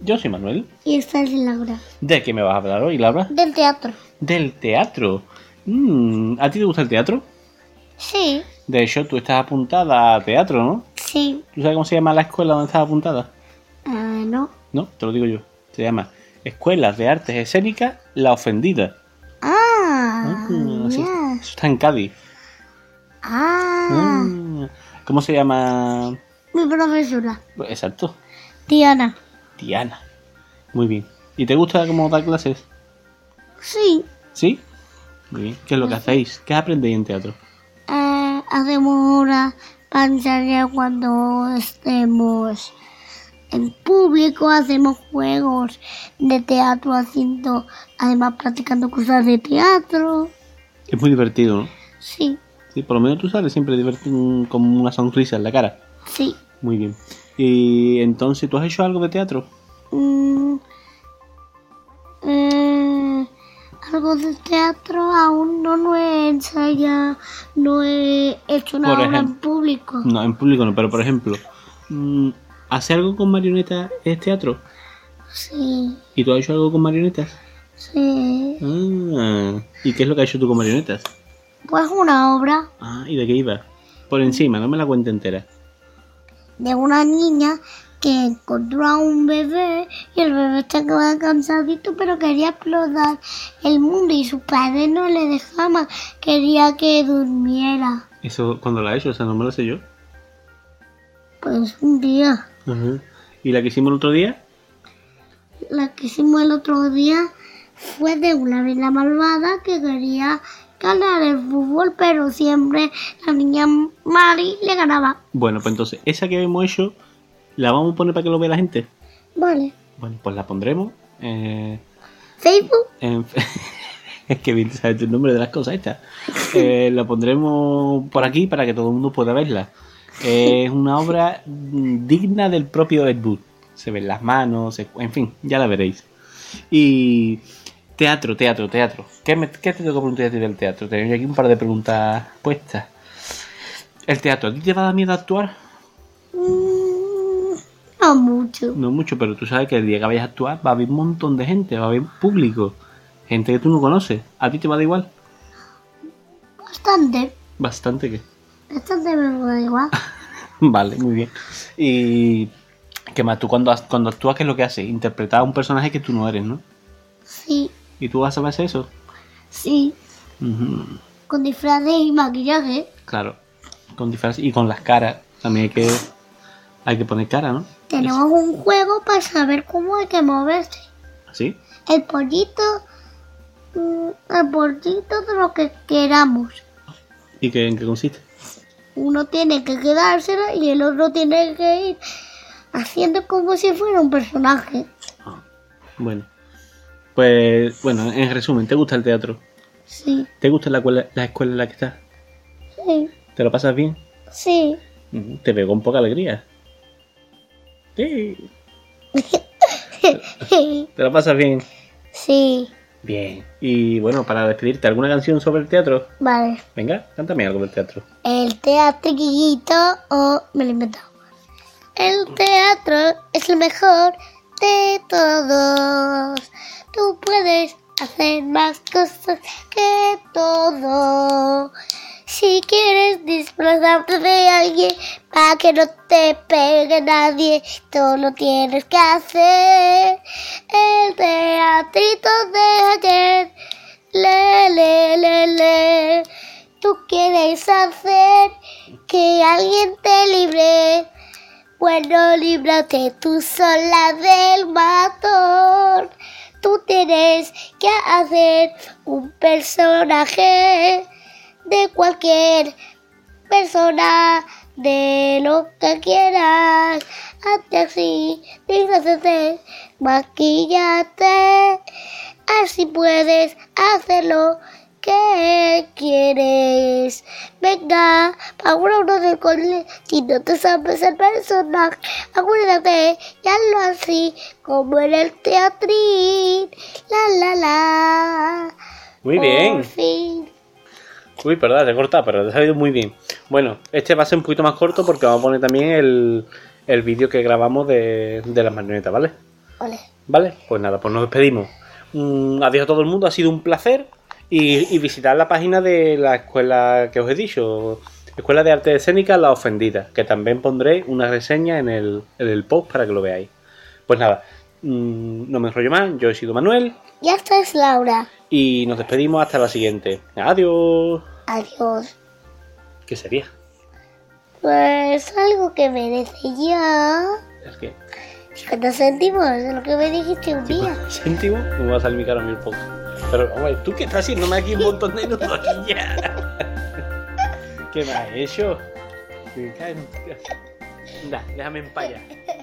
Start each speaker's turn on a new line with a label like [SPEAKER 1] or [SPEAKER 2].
[SPEAKER 1] Yo soy Manuel.
[SPEAKER 2] Y esta es Laura.
[SPEAKER 1] ¿De qué me vas a hablar hoy, Laura?
[SPEAKER 2] Del teatro.
[SPEAKER 1] Del teatro. Mm, ¿A ti te gusta el teatro?
[SPEAKER 2] Sí,
[SPEAKER 1] De hecho, tú estás apuntada a teatro, ¿no?
[SPEAKER 2] sí.
[SPEAKER 1] ¿Tú sabes cómo se llama la escuela donde estás apuntada?
[SPEAKER 2] Ah, no.
[SPEAKER 1] No, te lo digo yo. Se llama Escuelas de Artes Escénicas La Ofendida.
[SPEAKER 2] Ah,
[SPEAKER 1] Mm, sí.
[SPEAKER 2] ya.
[SPEAKER 1] Eso está en Cádiz.
[SPEAKER 2] Ah,
[SPEAKER 1] Mm, ¿Cómo se llama?
[SPEAKER 2] mi profesora.
[SPEAKER 1] Exacto,
[SPEAKER 2] Diana.
[SPEAKER 1] Diana. Muy bien. ¿Y te gusta cómo dar clases?
[SPEAKER 2] Sí.
[SPEAKER 1] ¿Sí? Muy bien. ¿Qué es
[SPEAKER 2] Ah,
[SPEAKER 1] lo que hacéis? ¿Qué aprendéis en teatro?
[SPEAKER 2] Eh, hacemos una pantalla cuando estemos en público, hacemos juegos de teatro haciendo, además practicando cosas de teatro.
[SPEAKER 1] Es muy divertido, ¿no?
[SPEAKER 2] Sí,
[SPEAKER 1] Sí, por lo menos tú sales siempre divertido mm, con una sonrisa en la cara.
[SPEAKER 2] sí.
[SPEAKER 1] Muy bien. ¿Y entonces tú has hecho algo de teatro?
[SPEAKER 2] Mm, eh, algo de teatro aún no, no he ensayado, no he hecho una
[SPEAKER 1] Por
[SPEAKER 2] obra en
[SPEAKER 1] ejemplo.
[SPEAKER 2] público.
[SPEAKER 1] No, en público no, pero por ejemplo, mm, ¿hacer algo con marionetas es teatro?
[SPEAKER 2] Sí,
[SPEAKER 1] ¿Y tú has hecho algo con marionetas?
[SPEAKER 2] sí.
[SPEAKER 1] Ah, ¿y qué es lo que has hecho tú con marionetas?
[SPEAKER 2] Pues una obra
[SPEAKER 1] Ah, ¿y de qué iba? Por encima, no me la cuenta entera.
[SPEAKER 2] de una niña que encontró a un bebé y el bebé estaba cansadito pero quería explorar el mundo y su padre no le dejaba, quería que durmiera.
[SPEAKER 1] Eso, cuando la he hecho, o sea, no me lo sé yo.
[SPEAKER 2] Pues un día,
[SPEAKER 1] Ajá. ¿Y la que hicimos el otro día?
[SPEAKER 2] la que hicimos el otro día fue de una vela malvada que quería ganar el fútbol pero siempre la niña Mari le ganaba.
[SPEAKER 1] Bueno, pues entonces, esa que hemos hecho, ¿la vamos a poner para que lo vea la gente?
[SPEAKER 2] Vale.
[SPEAKER 1] Bueno, pues la pondremos. eh,
[SPEAKER 2] Facebook,
[SPEAKER 1] En fe- es que bien te sabes el nombre de las cosas estas. Eh, la pondremos por aquí para que todo el mundo pueda verla. Eh, es una obra mm, digna del propio Ed Wood. Se ven las manos, se- en fin, ya la veréis. Y teatro, teatro, teatro. ¿Qué, me- qué te tengo que preguntar a ti del teatro? Tenía aquí un par de preguntas puestas. El teatro, ¿a ti te va a dar miedo actuar?
[SPEAKER 2] mm, no mucho.
[SPEAKER 1] No mucho, pero tú sabes que el día que vayas a actuar va a haber un montón de gente, va a haber público, gente que tú no conoces. ¿A ti te va a dar igual?
[SPEAKER 2] Bastante.
[SPEAKER 1] Bastante que.
[SPEAKER 2] Bastante me da igual.
[SPEAKER 1] Vale, muy bien. ¿Y qué más? Tú cuando, has- cuando actúas, ¿qué es lo que haces? Interpretar a un personaje que tú no eres, ¿no?
[SPEAKER 2] Sí,
[SPEAKER 1] ¿Y tú vas a hacer eso?
[SPEAKER 2] sí.
[SPEAKER 1] Ujú,
[SPEAKER 2] Con disfraces y maquillaje.
[SPEAKER 1] Claro. Con disfraz y con las caras. También hay que, hay que poner cara, ¿no?
[SPEAKER 2] Tenemos un juego para saber cómo hay que moverse.
[SPEAKER 1] ¿Sí?
[SPEAKER 2] El pollito. mm, El pollito de lo que queramos.
[SPEAKER 1] ¿Y qué, en qué consiste?
[SPEAKER 2] Uno tiene que quedársela y el otro tiene que ir haciendo como si fuera un personaje.
[SPEAKER 1] Ah, Bueno. Pues, bueno, en resumen, ¿te gusta el teatro?
[SPEAKER 2] Sí,
[SPEAKER 1] ¿Te gusta la, cuela- la escuela en la que estás?
[SPEAKER 2] sí,
[SPEAKER 1] ¿Te lo pasas bien?
[SPEAKER 2] sí.
[SPEAKER 1] Ujú, Te veo con poca alegría. Sí. ¿Te lo pasas bien?
[SPEAKER 2] Sí,
[SPEAKER 1] Bien. Y bueno, para despedirte, ¿alguna canción sobre el teatro?
[SPEAKER 2] vale.
[SPEAKER 1] Venga, cántame algo del teatro.
[SPEAKER 2] El teatrillito, o me lo he inventado. El teatro es el mejor de todos. Tú puedes hacer más cosas que todo. Si quieres disfrazarte de alguien para que no te pegue nadie, tú lo tienes que hacer. El teatrito de ayer. Le, le, le, le. Tú quieres hacer que alguien te libre. Bueno, líbrate tú sola del matón. Tú tienes que hacer un personaje de cualquier persona de lo que quieras. Hazte así, disfrazate, maquillate. Así puedes hacer lo que quieres. Venga, Paula uno del cole. Si no te sabes el personaje, acuérdate y hazlo así, como en el teatrín. La la la.
[SPEAKER 1] Muy
[SPEAKER 2] Por
[SPEAKER 1] bien.
[SPEAKER 2] fin.
[SPEAKER 1] Uy, perdón, te he cortado, pero te ha salido muy bien. Bueno, este va a ser un poquito más corto porque vamos a poner también el, el vídeo que grabamos de, de las marionetas, ¿vale?
[SPEAKER 2] Vale.
[SPEAKER 1] ¿Vale? Pues nada, pues nos despedimos. Mm, adiós a todo el mundo, ha sido un placer. Y, y visitar la página de la escuela que os he dicho, Escuela de Arte Escénica La Ofendida, que también pondré una reseña en el, en el post para que lo veáis. Pues nada, mm, no me enrollo más, yo he sido Manuel
[SPEAKER 2] Y esta es Laura.
[SPEAKER 1] y nos despedimos hasta la siguiente. Adiós.
[SPEAKER 2] Adiós.
[SPEAKER 1] ¿Qué sería?
[SPEAKER 2] Pues algo que merece ya.
[SPEAKER 1] ¿El qué?
[SPEAKER 2] 50 céntimos, es lo que me
[SPEAKER 1] pues.
[SPEAKER 2] dijiste un día.
[SPEAKER 1] ¿Céntimo? No me va a salir mi cara a mí el post. Pero, hombre, ¿tú qué estás haciéndome aquí un montón de noticias? ¿Qué me has hecho? Me cae en tu casa. Anda, déjame en paya.